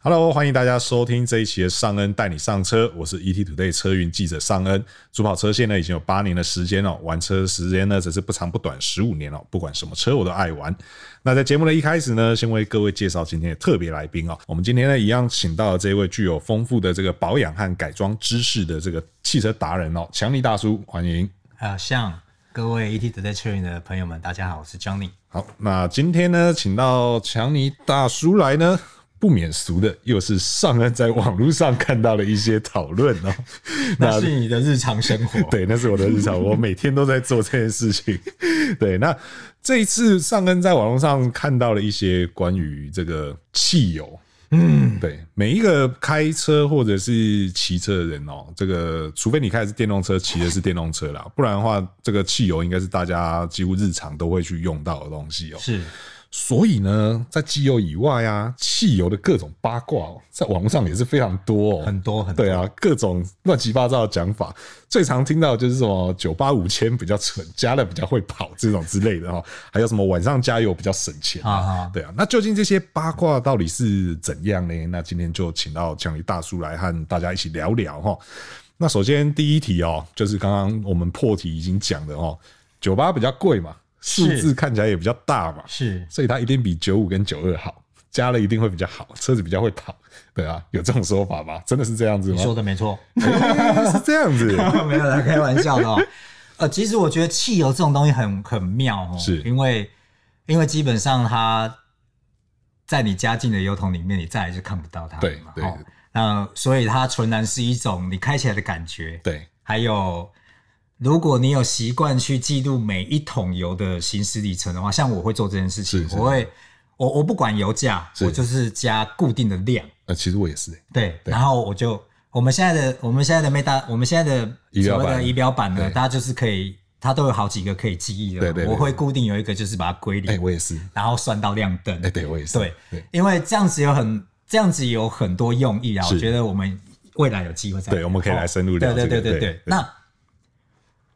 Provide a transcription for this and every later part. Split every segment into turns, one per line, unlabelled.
Hello，欢迎大家收听这一期的尚恩带你上车，我是 ETtoday 车云记者尚恩。主跑车线呢已经有八年的时间哦，玩车时间呢则是不长不短十五年哦，不管什么车我都爱玩。那在节目的一开始呢，先为各位介绍今天的特别来宾哦，我们今天呢一样请到了这位具有丰富的这个保养和改装知识的这个汽车达人哦，强力大叔，欢迎。
啊，像各位 ET 德在车云的朋友们，大家好，我是 Johnny。
好，那今天呢，请到强尼大叔来呢，不免俗的又是上岸在网络上看到了一些讨论 哦。
那是你的日常生活，
对，那是我的日常，我每天都在做这件事情。 对，那这一次上恩在网络上看到了一些关于这个汽油，嗯，对，每一个开车或者是骑车的人哦，这个除非你开的是电动车，骑的是电动车啦，不然的话，这个汽油应该是大家几乎日常都会去用到的东西哦。
是
所以呢，在机油以外啊，汽油的各种八卦、哦，在网络上也是非常多、哦，
很多很多
对啊，各种乱七八糟的讲法，最常听到的就是什么九八五千比较蠢，加了比较会跑这种之类的哈、哦，还有什么晚上加油比较省钱
啊啊，
对啊，那究竟这些八卦到底是怎样呢？那今天就请到强力大叔来和大家一起聊聊哈。那首先第一题哦，就是刚刚我们破题已经讲的哦，酒吧比较贵嘛，数
是
字看起来也比较大嘛，
是
所以它一定比九五跟九二好，加了一定会比较好，车子比较会跑，对啊，有这种说法吧？真的是这样子
你说
吗？
的没错，
欸是这样子，
没有啦，开玩笑的、哦。呃，其实我觉得汽油这种东西很很妙哦，
是
因为因为基本上它在你家进的油桶里面，你再来就看不到它了嘛。
对
哦
对
那所以它纯然是一种你开起来的感觉，
对，
还有，如果你有习惯去记录每一桶油的行驶里程的话，像我会做这件事情，
是是
我会我我不管油价，
是
我就是加固定的量，
呃，其实我也是、欸
对，
对
然后我就我们现在的我们现在的 Meta，我们现在的
仪表
所
板
谓的仪表板呢
对，
它就是可以，它都有好几个可以记忆的嘛，
对对对
我会固定有一个就是把它归
哎、
零，
我哎也是，哎、
然后算到亮灯，
对我也是，
对
对
因为这样子有很这样子有很多用意啊，
是
我觉得我们未来有机会再
对我们可以来深入聊
对对
这个
对对
对
对
对。
那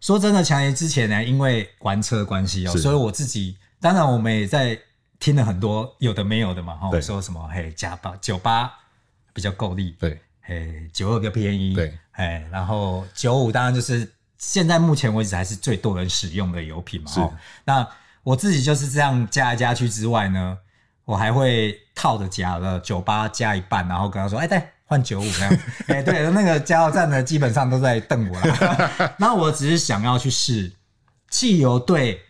说真的，强爷之前呢，因为玩车的关系哦，
是
所以我自己当然我们也在听了很多有的没有的嘛，哈
对，
说什么嘿加八九八比较够力，
对
嘿哎九二比较便宜，
对，
哎，然后九五当然就是现在目前为止还是最多人使用的油品嘛。
是
哦，那我自己就是这样加来加去之外呢，我还会套着加了九八加一半，然后跟他说：“哎，对，换九 五这样。”哎，对，那个加油站呢，基本上都在瞪我 啦。那我只是想要去试汽油对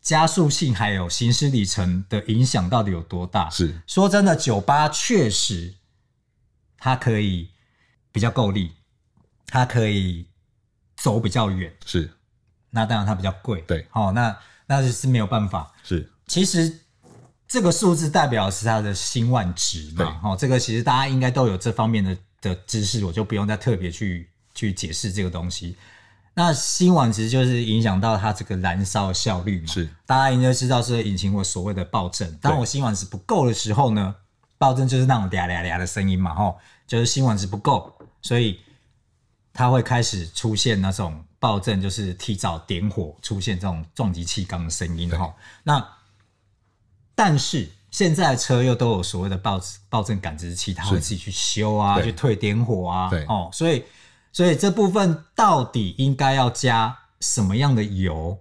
加速性还有行驶里程的影响到底有多大？
是
说真的，酒吧确实它可以比较够力，它可以走比较远，
是
那当然它比较贵。
对
好、那那就是没有办法。
是，
其实这个数字代表的是它的兴万值
对
嘛，哦，这个其实大家应该都有这方面的的知识，我就不用再特别去去解释这个东西。那新烷值就是影响到它这个燃烧效率嘛，
是
大家应该知道是引擎我所谓的爆震。当我新烷值不够的时候呢，爆震就是那种嗲嗲嗲的声音嘛，吼，就是新烷值不够，所以它会开始出现那种爆震，就是提早点火出现这种撞击气缸的声音哈。那但是现在的车又都有所谓的爆爆震感知器，它会
是
自己去修啊，
对
去退点火啊
对，
哦，所以所以这部分到底应该要加什么样的油，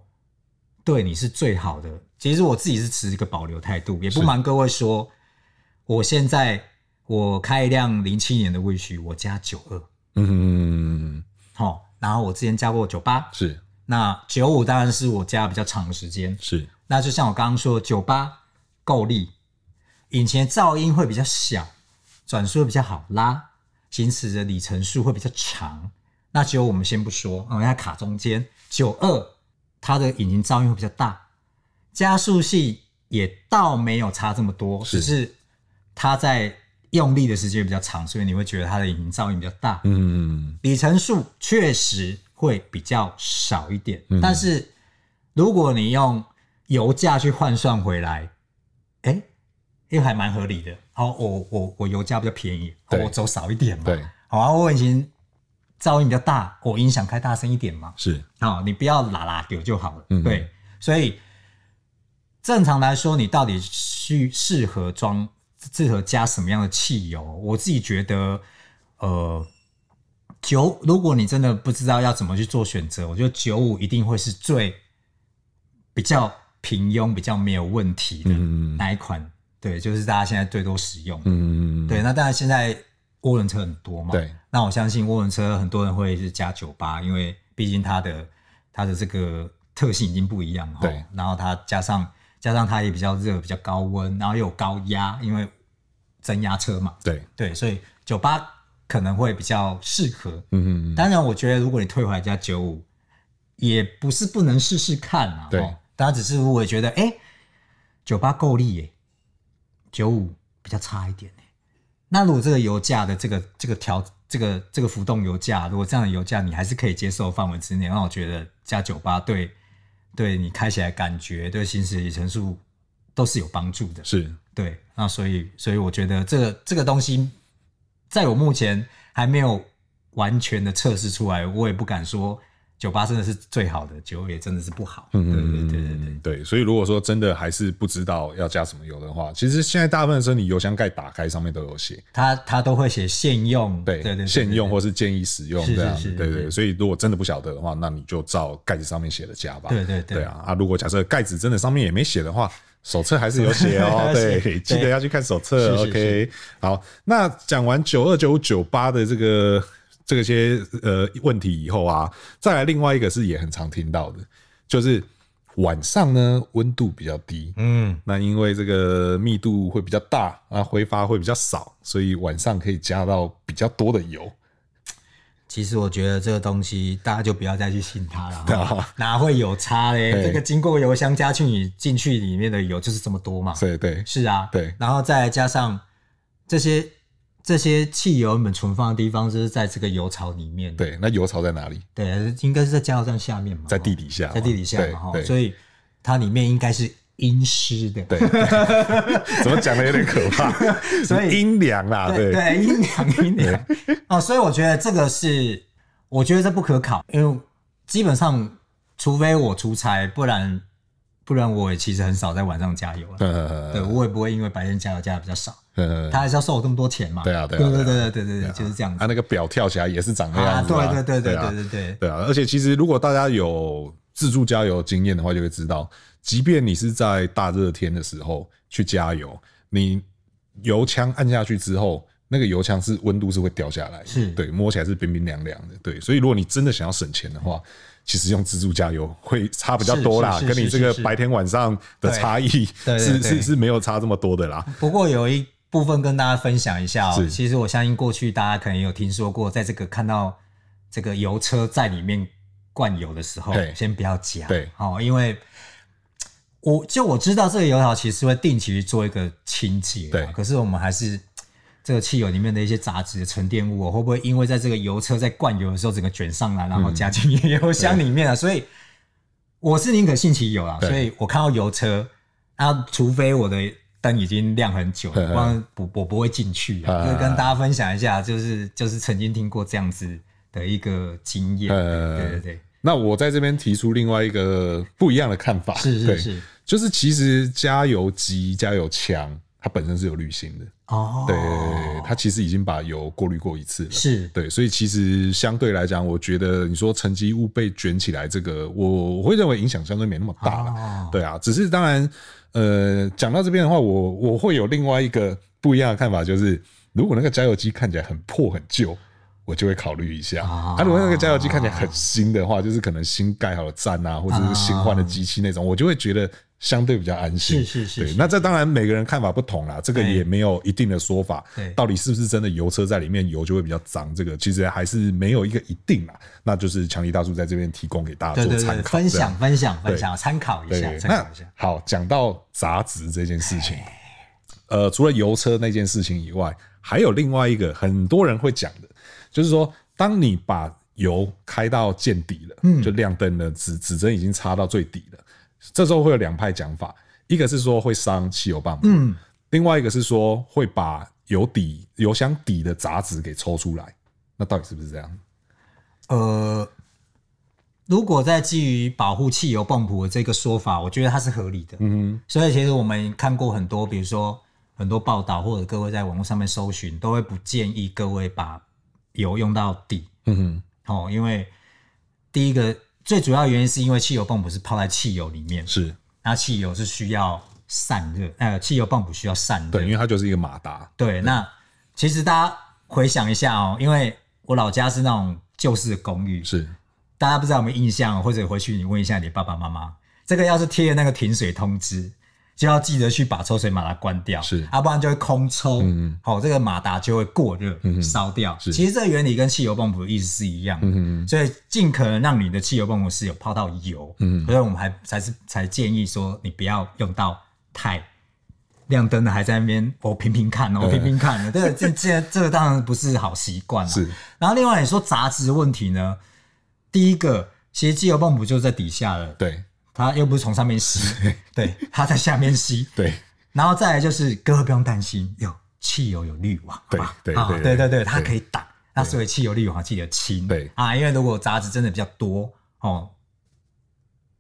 对你是最好的？其实我自己是持一个保留态度，也不
是
瞒各位说，我现在我开一辆零七年的魏许，我加九二，
嗯，
哦，然后我之前加过九八，
是
那九五当然是我加的比较长的时间。
是
那就像我刚刚说，九八够力，引擎的噪音会比较小，转速会比较好拉，行驶的里程数会比较长。那九我们先不说，嗯，它卡中间。九二它的引擎噪音会比较大，加速系也倒没有差这么多，
是
只是它在用力的时间比较长，所以你会觉得它的引擎噪音比较大。
嗯
里程数确实会比较少一点，
嗯
但是如果你用油价去换算回来，哎、又还蛮合理的。好，我我我油价比较便宜，
对
我走少一点嘛。
对，
好啊，我引擎噪音比较大，我音响开大声一点嘛。
是
好、哦你不要拉拉丢就好了。
嗯
对，所以正常来说，你到底去适合装适合加什么样的汽油。我自己觉得，呃，九，如果你真的不知道要怎么去做选择，我觉得九五一定会是最比较平庸、比较没有问题的
嗯
那一款。对，就是大家现在最多使用的。
嗯，
对，那当然现在涡轮车很多嘛，
对，
那我相信涡轮车很多人会是加九八，因为毕竟它的它的这个特性已经不一样哈
对。
然后它加上加上它也比较热，比较高温，然后又有高压，因为增压车嘛，
对，
对，所以九八可能会比较适合。
嗯嗯
当然，我觉得如果你退回来加九五，也不是不能试试看啊。
对
哦，大家只是我也觉得，哎、九八够力耶、九五比较差一点、欸、那如果这个油价的这个这个调这个这个浮动油价，如果这样的油价你还是可以接受的范围之内，那我觉得加九八对对你开起来感觉对行驶里程数都是有帮助的。
是，
对，那所以所以我觉得这个这个东西，在我目前还没有完全的测试出来，我也不敢说九八真的是最好的，九也真的是不好。对对对对对，
嗯对，所以如果说真的还是不知道要加什么油的话，其实现在大部分的车你油箱盖打开上面都有写，
他他都会写现用，
对
对对，
现用或是建议使用
是
这样，
是是
对对。
对
所以如果真的不晓得的话，那你就照盖子上面写的加吧。
对对对
对啊啊！如果假设盖子真的上面也没写的话，手册还是有写哦。
还是有写
对，
对
记得要去看手册。
是是
OK，好，那讲完九二九九八的这个这个些呃问题以后啊，再来另外一个是也很常听到的，就是晚上呢温度比较低，
嗯，
那因为这个密度会比较大，啊，挥发会比较少，所以晚上可以加到比较多的油。
其实我觉得这个东西大家就不要再去信它了哦，哪会有差嘞？
啊对
这个经过油箱加去你进去里面的油就是这么多嘛，
对对
是啊，
对
然后再来加上这些这些汽油原本存放的地方，就是在这个油槽里面，
对，那油槽在哪里？
对，应该是在加油站下面嘛，
在地
底
底下嘛，
在地底下
对
嘛，哈，
对
所以它里面应该是阴湿的，
对， 怎么讲的有点可怕，
所以
阴凉啦，
对
啊对
对，阴凉 阴凉哦，所以我觉得这个是，我觉得这不可考，因为基本上除非我出差，不然不然我也其实很少在晚上加油了，对
呃
我也不会因为白天加油加的比较少，
呃，
他还是要收我这么多钱嘛，
对啊对
对
啊
对
对
对对对对对，就是这样子。
他那个表跳起来也是长那
啊，
样子
对
嘛，
对对对
啊
对对对，
对啊，而且其实如果大家有自助加油经验的话，就会知道，即便你是在大热天的时候去加油，你油枪按下去之后，那个油枪是温度是会掉下来的，
是
对，摸起来是冰冰凉凉的，对。所以如果你真的想要省钱的话，其实用自助加油会差比较多啦，
是是是
跟你这
是
个
是是
白天晚上的差异
对对
是
对
是是没有差这么多的啦。
不过有一部分跟大家分享一下哦
是。
其实我相信过去大家可能也有听说过，在这个看到这个油车在里面灌油的时候
对，
先不要加，
对
哦，因为我就我知道这个油槽其实会定期做一个清洁啊，
对
可是我们还是。这个汽油里面的一些杂质的沉淀物、哦，会不会因为在这个油车在灌油的时候，整个卷上来，然
嗯
后加进油箱里面啊？所以我是宁可信其有啊，
对
所以我看到油车，啊，除非我的灯已经亮很久
呵
了，
呵
不然我我不会进去
啊
啊。就是跟大家分享一下，就是就是曾经听过这样子的一个经验，
呃
对对对，
那我在这边提出另外一个不一样的看法，
是
对
是是，
就是其实加油机、加油枪，它本身是有滤芯的，
哦，
对，它其实已经把油过滤过一次了。
是
对，所以其实相对来讲，我觉得你说沉积物被卷起来，这个我我会认为影响相对没那么大了。
哦
对啊，只是当然，呃，讲到这边的话，我我会有另外一个不一样的看法，就是如果那个加油机看起来很破很旧，我就会考虑一下。
啊
啊，如果那个加油机看起来很新的话，就是可能新盖好的站啊，或者是新换的机器那种，我就会觉得相对比较安心。
啊是是是哎
对，
是
那这当然每个人看法不同啦，这个
对
也没有一定的说法。
对
到底是不是真的油车在里面油就会比较脏，这个其实还是没有一个一定啦。那就是强力大叔在这边提供给大家
对
做
对
参
对，
考，
分
这样
享分享分享，参考一下
对，，
参
那
考一下，
好，讲到杂质这件事情，呃，除了油车那件事情以外，还有另外一个很多人会讲的，就是说，当你把油开到见底了，嗯，就亮灯了，指指针已经插到最底了，这时候会有两派讲法，一个是说会伤汽油泵，嗯，另外一个是说会把油底油箱底的杂质给抽出来，那到底是不是这样？
呃。如果在基于保护汽油泵浦的这个说法，我觉得它是合理的。
嗯
所以其实我们看过很多，比如说很很多报道或者各位在网络上面搜寻，都会不建议各位把油用到底
嗯哼，
哦，因为第一个最主要原因是因为汽油泵不是泡在汽油里面，
是
那汽油是需要散热，呃，汽油泵不需要散热
对，因，为它就是一个马达，
对，那其实大家回想一下哦，因为我老家是那种旧式公寓，
是
大家不知道有没有印象，或者回去你问一下你爸爸妈妈，这个要是贴了那个停水通知，就要记得去把抽水马达关掉，啊
是
要、不然就会空抽，
嗯
好、这个马达就会过热
嗯哼
烧、掉。
是
其实这个原理跟汽油泵浦的意思是一样的，
嗯
所以尽可能让你的汽油泵浦是有泡到油，
嗯
所以我们还才是才建议说你不要用到太。亮灯的还在那边，我评评看哦，
嗯
我评评看，这个这这这个当然不是好习惯了。
是
然后另外你说杂质问题呢，第一个其实机油泵不就在底下了，
对
它又不是从上面吸，对，它在下面吸。
对
然后再来就是各位不用担心，有汽油有滤网，
对
好吧
对
啊
对
对对
对
对，它可以挡。那所以汽油滤网记得清，
对
啊，因为如果杂质真的比较多哦，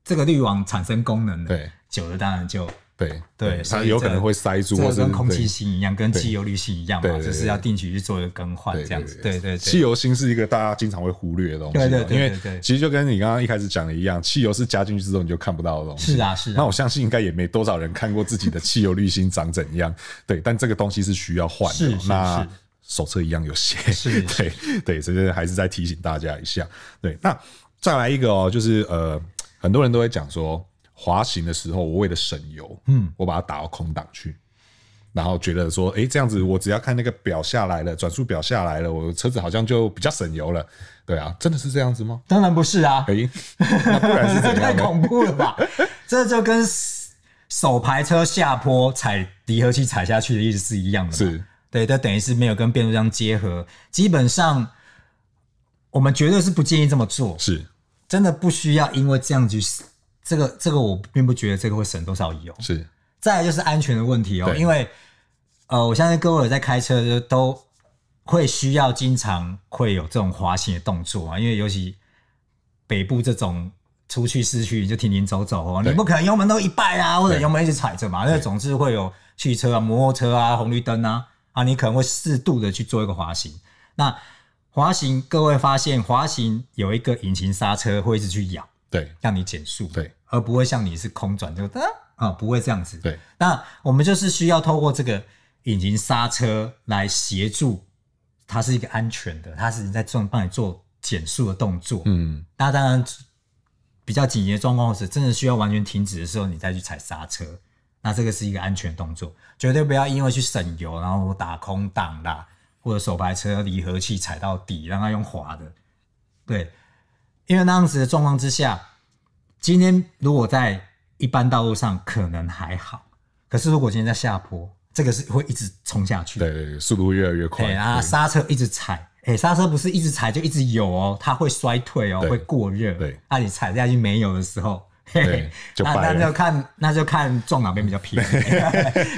这个滤网产生功能了，
对
久了当然就
对嗯
对所
它
以
有
这
可能会塞住，
这
或
个
是
跟空气
对
芯一样，跟
对
汽油滤芯一样
对
嘛，
对对
就是要定期去做一个更换
对
这样子，对对对，
汽油芯是一个大家经常会忽略的东西嘛，
对对对
因为
对对对
其实就跟你刚刚一开始讲的一样，汽油是加进去之后你就看不到的东西。
是啊是啊
那我相信应该也没多少人看过自己的汽油滤芯长怎样，对，但这个东西是需要换的
是
哦。
是
那
是
手册一样有写，
是
对 对，所以还是再提醒大家一下。对，那再来一个哦，就是呃，很多人都会讲说，滑行的时候我为了省油，嗯，我把它打到空档去。然后觉得说，诶，这样子我只要看那个表下来了，转速表下来了，我车子好像就比较省油了，对啊，真的是这样子吗？
当然不是啊，
诶，那不然是怎
太
样呢？
恐怖 了吧！这就跟手排车下坡踩离合器踩下去的意思是一样的嘛，
是
对，这等于是没有跟变速箱结合。基本上，我们绝对是不建议这么做，
是
真的不需要因为这样去。这个这个我并不觉得这个会省多少油。
是，
再来就是安全的问题哦，
对
因为呃，我相信各位有在开车的都会需要经常会有这种滑行的动作啊，因为尤其北部这种出去市区你就停停走走哦，你
对
不可能油门都一拜啊，或者
对
油门一直踩着嘛，那总是会有汽车啊、摩托车啊、红绿灯啊啊，你可能会适度的去做一个滑行。那滑行，各位发现滑行有一个引擎刹车会一直去咬，
对
让你减速，
对，
而不会像你是空转就啊啊，不会这样子，
对，
那我们就是需要透过这个引擎刹车来协助，它是一个安全的，它是在做帮你做减速的动作。
嗯，
那当然，比较紧急的状况是真的需要完全停止的时候，你再去踩刹车。那这个是一个安全动作，绝对不要因为去省油，然后我打空档啦，或者手排车离合器踩到底，让它用滑的。对，因为那样子的状况之下，今天如果在一般道路上可能还好，可是如果今天在下坡，这个是会一直冲下去。
对对对，速度越来越快，
哎、啊，
对
刹车一直踩，哎、刹车不是一直踩就一直有哦，它会衰退哦，
对
会过热。
对，
啊，你踩下去没有的时候，嘿
对
嘿，
就
那
败了
那就看那就看撞哪边比较 便宜，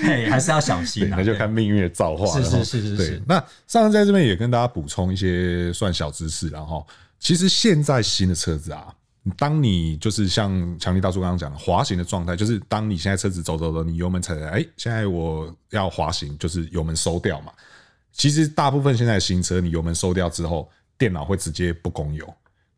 嘿，还是要小
对，
心啊。
那就
对
看命运的造化了
是
哈。
是是是
对
是，
那上次在这边也跟大家补充一些算小知识啦齁，然后其实现在新的车子啊。当你就是像强力大叔刚刚讲的滑行的状态，就是当你现在车子走走走，你油门踩踩，哎、现在我要滑行，就是油门收掉嘛。其实大部分现在的新车，你油门收掉之后，电脑会直接不供油，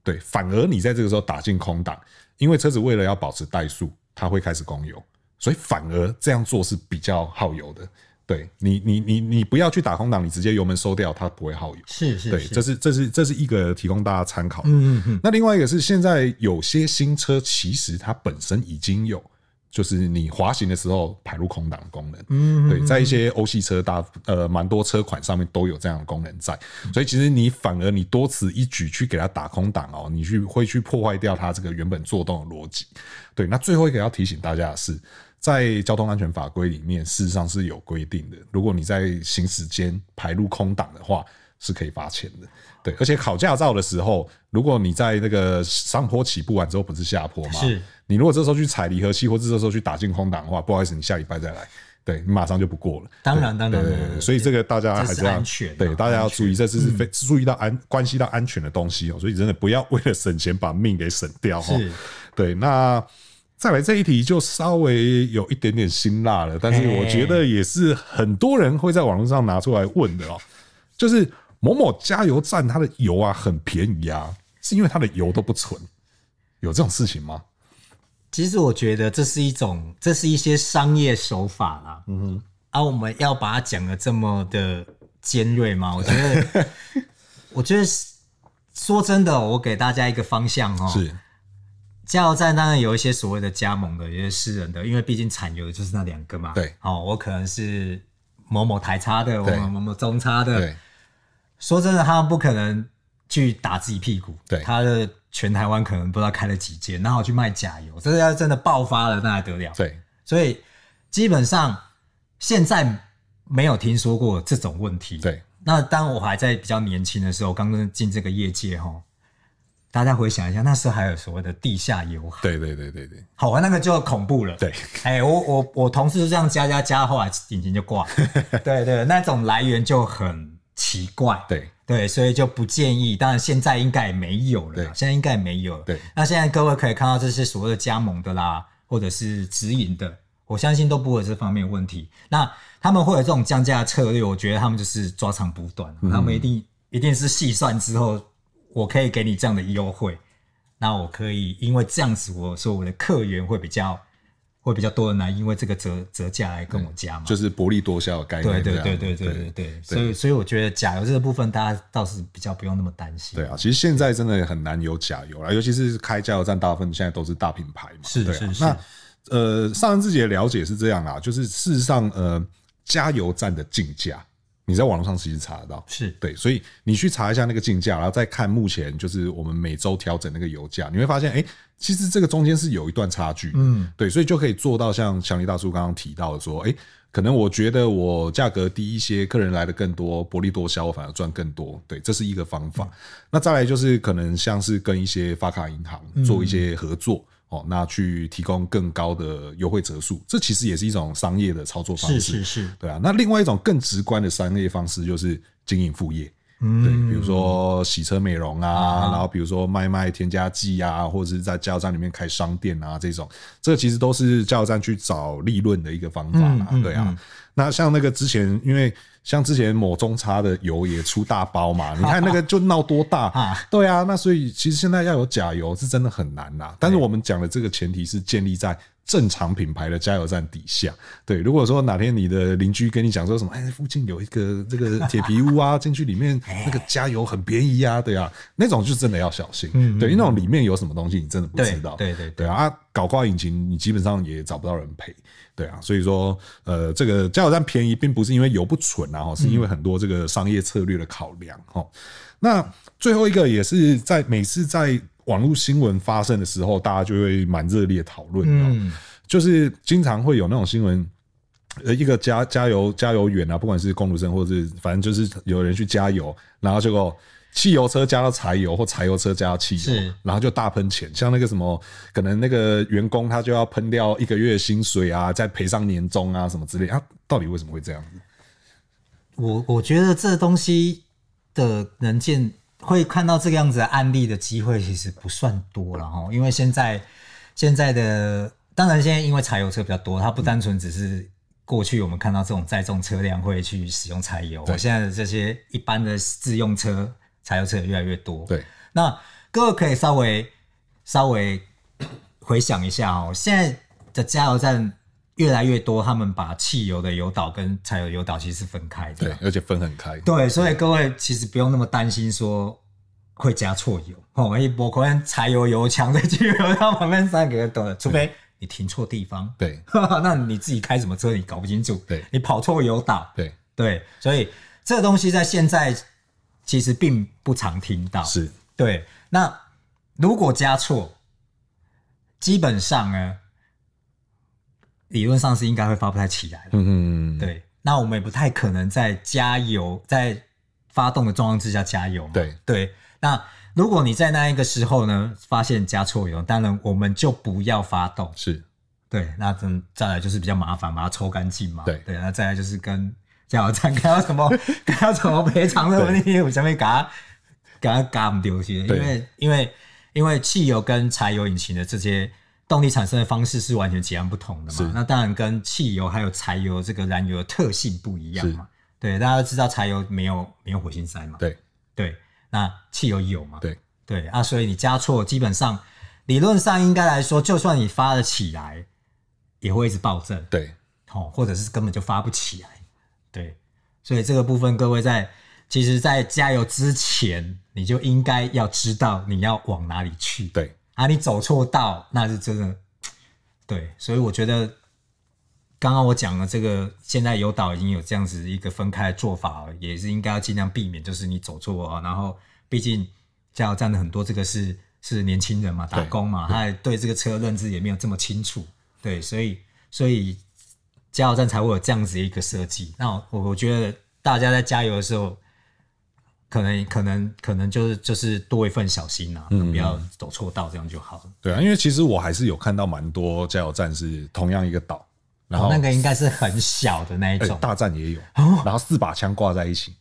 对，反而你在这个时候打进空档，因为车子为了要保持怠速，它会开始供油，所以反而这样做是比较耗油的。对你，你你你不要去打空档，你直接油门收掉，它不会耗油。
是是
对，
是，
这是这是这是一个提供大家参考。
嗯嗯嗯，
那另外一个是，现在有些新车其实它本身已经有，就是你滑行的时候排入空档的功能。
嗯
对，在一些欧系车大呃蛮多车款上面都有这样的功能在，
嗯
所以其实你反而你多此一举去给它打空档哦，你去会去破坏掉它这个原本做动的逻辑。对，那最后一个要提醒大家的是，在交通安全法规里面，事实上是有规定的，如果你在行驶间排入空档的话，是可以罚钱的。对，而且考驾照的时候，如果你在那个上坡起步完之后不是下坡吗？
是
你如果这时候去踩离合器，或者这时候去打进空档的话，不好意思，你下礼拜再来，对你马上就不过了。
当然当然
对对
当
对，
然
所以这个大家
这
还
是
是要
安全啊
对大家要
安全嗯
注意，这是非注意到安关系到安全的东西哦，所以真的不要为了省钱把命给省掉哦。
是
对，那再来这一题就稍微有一点点辛辣了，但是我觉得也是很多人会在网络上拿出来问的哦、就是某某加油站它的油啊很便宜啊，是因为它的油都不纯，有这种事情吗？
其实我觉得这是一种，这是一些商业手法啦。嗯哼，啊，我们要把它讲的这么的尖锐吗？我觉 得，我觉得是说真的，我给大家一个方向哦。
是
加油站当然有一些所谓的加盟的，有一些私人的，因为毕竟产油的就是那两个嘛。
对，
哦，我可能是某某台差的，我
对
某某中差的。
对，
说真的，他们不可能去打自己屁股。
对
他的全台湾可能不知道开了几间，然后去卖假油，这要真的爆发了，那还得了？
对，
所以基本上现在没有听说过这种问题。，
对，
那当我还在比较年轻的时候，刚刚进这个业界哈，大家回想一下，那时候还有所谓的地下游行，
对，对，对，对，对，
好玩那个就恐怖了。
对，
哎、我我我同事就这样加加加，后来引擎就挂 了。对对，那种来源就很奇怪。
对，
对，所以就不建议。当然，现在应该也没有了
对
啦，现在应该也没有了。
对
那现在各位可以看到这些所谓的加盟的啦，或者是直营的，我相信都不会有这方面的问题。那他们会有这种降价策略，我觉得他们就是抓长补短，啊
嗯
他们一定一定是细算之后，我可以给你这样的优惠，那我可以因为这样子，我说我的客源会比较会比较多人来，因为这个折折价来跟我加嘛。
就是薄利多销的概
对
念这
对
样。
对对对对对，所以所以我觉得假油这个部分，大家倒是比较不用那么担心。
对啊，其实现在真的很难有假油了，尤其是开加油站，大部分现在都是大品牌嘛。
是
对啊
是是
那呃，上恩自己的了解是这样啊，就是事实上，呃，加油站的竞价，你在网络上其实查得到。
是
对，所以你去查一下那个竞价，然后再看目前就是我们每周调整那个油价，你会发现，哎、其实这个中间是有一段差距。
嗯，
对，所以就可以做到像强力大叔刚刚提到的说，哎、可能我觉得我价格低一些，客人来的更多，薄利多销，我反而赚更多。对，这是一个方法。
嗯
那再来就是可能像是跟一些发卡银行
嗯
做一些合作。哦，那去提供更高的优惠折数，这其实也是一种商业的操作方式。
是是是，
对啊，那另外一种更直观的商业方式就是经营副业，对，
嗯，
比如说洗车美容啊，
啊
然后比如说卖卖添加剂啊，或者是在加油站里面开商店啊，这种，这其实都是加油站去找利润的一个方法啦，
嗯嗯
对啊。那像那个之前，因为像之前某中差的油也出大包 嘛，你看那个就闹多大，
啊，
对啊，那所以其实现在要有假油是真的很难啦。但是我们讲的这个前提是建立在正常品牌的加油站底下。对，如果说哪天你的邻居跟你讲说什么，哎，附近有一个这 个铁皮屋啊，进去里面那个加油很便宜啊，对啊，那种就真的要小心。对，因为那种里面有什么东西你真的不
嗯对
知道。
对对
对啊啊，搞挂引擎你基本上也找不到人赔，对啊，所以说呃，这个加油站便宜并不是因为油不纯啊，哦是
嗯
因为很多这个商业策略的考量哈。哦那最后一个也是在每次在网络新闻发生的时候，大家就会蛮热烈讨论的哦、
嗯，
就是经常会有那种新闻。呃，一个加加油加油员啊，不管是公路生或是反正就是有人去加油，然后结果汽油车加到柴油或柴油车加到汽油
是，
然后就大喷钱。像那个什么，可能那个员工他就要喷掉一个月的薪水啊，再赔上年终啊什么之类啊。到底为什么会这样子？
我我觉得这东西的能见会看到这个样子的案例的机会其实不算多了哈，因为现在现在的当然现在因为柴油车比较多，它不单纯只是。过去我们看到这种载重车辆会去使用柴油，
对
现在的这些一般的自用车、柴油车也越来越多。
对，
那各位可以稍微稍微 回想一下哦，现在的加油站越来越多，他们把汽油的油岛跟柴油油岛其实是分开的
对，
啦。
而且分很开。
啊对，所以各位其实不用那么担心说会加错油哦，一波可能柴油油枪在汽油油到旁边三个懂了，除非你停错地方。
对
那你自己开什么车你搞不清楚，
对
你跑错油岛，
对，
对，所以这个东西在现在其实并不常听到。
是
对，那如果加错，基本上呢，理论上是应该会发不太起来的。
嗯嗯嗯
对，那我们也不太可能在加油在发动的状况之下加油嘛。
对
对，那如果你在那一个时候呢，发现加错油，当然我们就不要发动。
是
对，那真再来就是比较麻烦，把它抽干净嘛。
对
对，那再来就是跟加油站 看到什么看到什么赔偿的问题，我下面给它给它嘎不丢去，因
对
为因为因为汽油跟柴油引擎的这些动力产生的方式是完全截然不同的
是
嘛。那当然跟汽油还有柴油这个燃油的特性不一样嘛。对，大家都知道柴油没有没有火星塞嘛。
对
对，那汽油有嘛？
对
对啊，所以你加错，基本上理论上应该来说，就算你发了起来，也会一直暴增。
对，
哦，或者是根本就发不起来。对，所以这个部分各位在其实，在加油之前，你就应该要知道你要往哪里去。
对
啊，你走错道，那是真的。对，所以我觉得刚刚我讲的这个，现在有导已经有这样子一个分开的做法了，也是应该要尽量避免，就是你走错啊。然后，毕竟加油站的很多这个是是年轻人嘛，打工嘛，他也对这个车认知也没有这么清楚，对，所以所以加油站才会有这样子一个设计。那我我觉得大家在加油的时候。可能可能可能就是就是多一份小心呐、不要走错道，这样就好了。
对啊，因为其实我还是有看到蛮多加油站是同样一个岛，然后
哦那个应该是很小的那一
哎
种，哦
大战也有，然后四把枪挂在一起，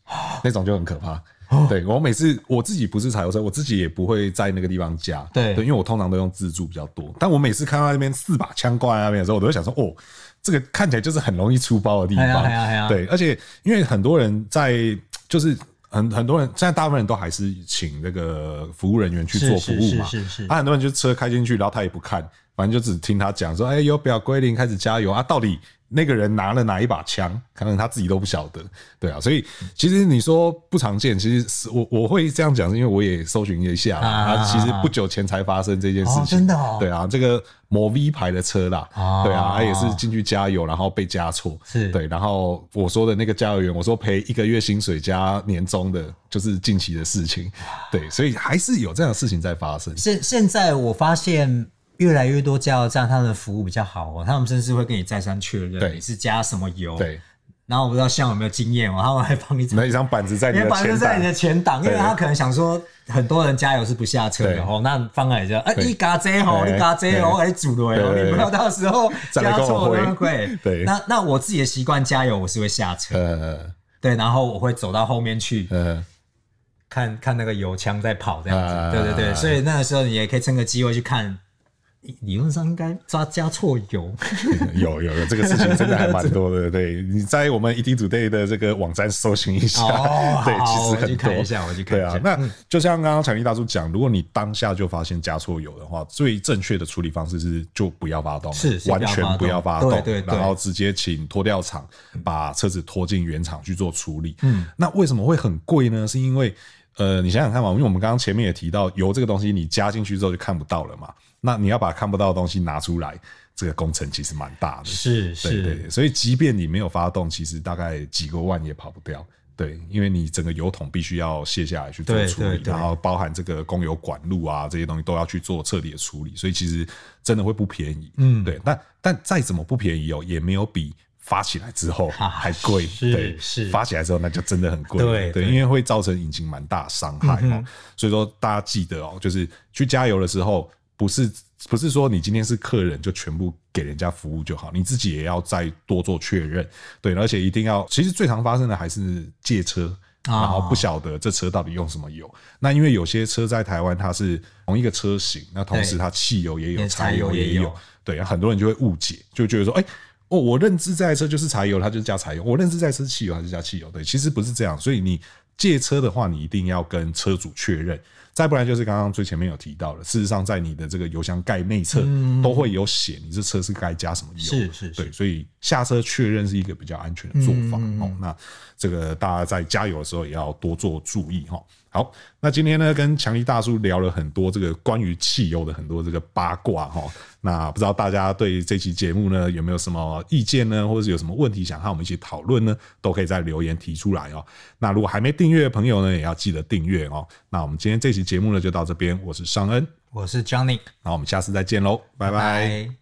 那种就很可怕。
哦
对我每次我自己不是柴油车，我自己也不会在那个地方加，
对
因为我通常都用自助比较多。但我每次看到那边四把枪挂在那边的时候，我都会想说，哦，这个看起来就是很容易出包的地
哎呀
方。
哎呀哎呀
对，而且因为很多人在就是。很很多人现在大部分人都还是请那个服务人员去
是
做服务嘛，
是是是是
啊，很多人就车开进去，然后他也不看，反正就只听他讲说，哎、有表归零，开始加油啊！到底那个人拿了哪一把枪，可能他自己都不晓得，对啊。所以其实你说不常见，其实是我我会这样讲，是因为我也搜寻了一下啦，
啊
啊，其实不久前才发生这件事情，
哦真的哦
对啊，这个某 V 牌的车啦，
哦
对啊，他也是进去加油，然后被加错，
是
对，然后我说的那个加油员，我说赔一个月薪水加年终的，就是近期的事情，对，所以还是有这样的事情在发生。
现现在我发现越来越多加油站，他们的服务比较好哦，他们甚至会跟你再三确
对
认你是加什么油。。
对，
然后我不知道像有没有经验哦，他们还帮你查
那一张板子在你
因
的
为反正
前
在你的
挡，
前挡，因为
对
他可能想说，很多人加油是不下车
对
的哦，那方矮就哎，
对
你加这吼，
对
你加这吼，哎，主轮哦，
对
你不要到时候
再来
加
跟我
错
挥
了会。
对
那那我自己的习惯加油，我是会下车，
呃
对，然后我会走到后面去
呃，
看看那个油枪在跑这样
啊
子，对对对，所以那个时候你也可以趁个机会去看，理论上应该抓加错油，
有有有，这个事情真的还蛮多的。对，你在我们 ED Today 的这个网站搜寻一下，
哦
对，
好
其实
我
很
去
多。
看一下我去看
对
一下嗯
啊，那就像刚刚强力大叔讲，如果你当下就发现加错油的话，最正确的处理方式是就不要发动了，
是是
完全不要发动，
不要发动对对对
然后直接请拖吊厂把车子拖进原厂去做处理。嗯，那为什么会很贵呢？是因为呃，你想想看嘛，因为我们刚刚前面也提到，油这个东西你加进去之后就看不到了嘛，那你要把看不到的东西拿出来，这个工程其实蛮大的。
是
对对对，所以即便你没有发动，其实大概几个万也跑不掉。对，因为你整个油桶必须要卸下来去做
对
处
对
理，
对
然后包含这个供油管路啊这些东西都要去做彻底的处理，所以其实真的会不便宜。嗯，对，但但再怎么不便宜哦，也没有比发起来之后
啊
还贵。
是
对，
是
发起来之后那就真的很贵。
对
对，
对
因为会造成引擎蛮大伤害哦。所以说大家记得哦，就是去加油的时候，不是不是说你今天是客人就全部给人家服务就好，你自己也要再多做确认。对，而且一定要，其实最常发生的还是借车。
啊
然后不晓得这车到底用什么油，那因为有些车在台湾它是同一个车型，那同时
对
它汽油也有，
连
柴
柴
油
油
也
也
有
有，
对，很多人就会误解，就觉得说，哎、哦，我认知这台车就是柴油，它就是加柴油；我认知这台车是汽油，它就加汽油。对，其实不是这样，所以你借车的话，你一定要跟车主确认，再不然就是刚刚最前面有提到了，事实上在你的这个油箱盖内侧都会有写你这车是该加什么油，
是是是
对，所以下车确认是一个比较安全的做法、哦。那这个大家在加油的时候也要多做注意哈、哦。好，那今天呢，跟强力大叔聊了很多这个关于汽油的很多这个八卦哈、哦。那不知道大家对这期节目呢有没有什么意见呢，或者是有什么问题想和我们一起讨论呢？都可以在留言提出来哦。那如果还没订阅的朋友呢，也要记得订阅哦。那我们今天这期节目呢就到这边，我是尚恩，
我是 Johnny，
那我们下次再见喽，拜拜
拜。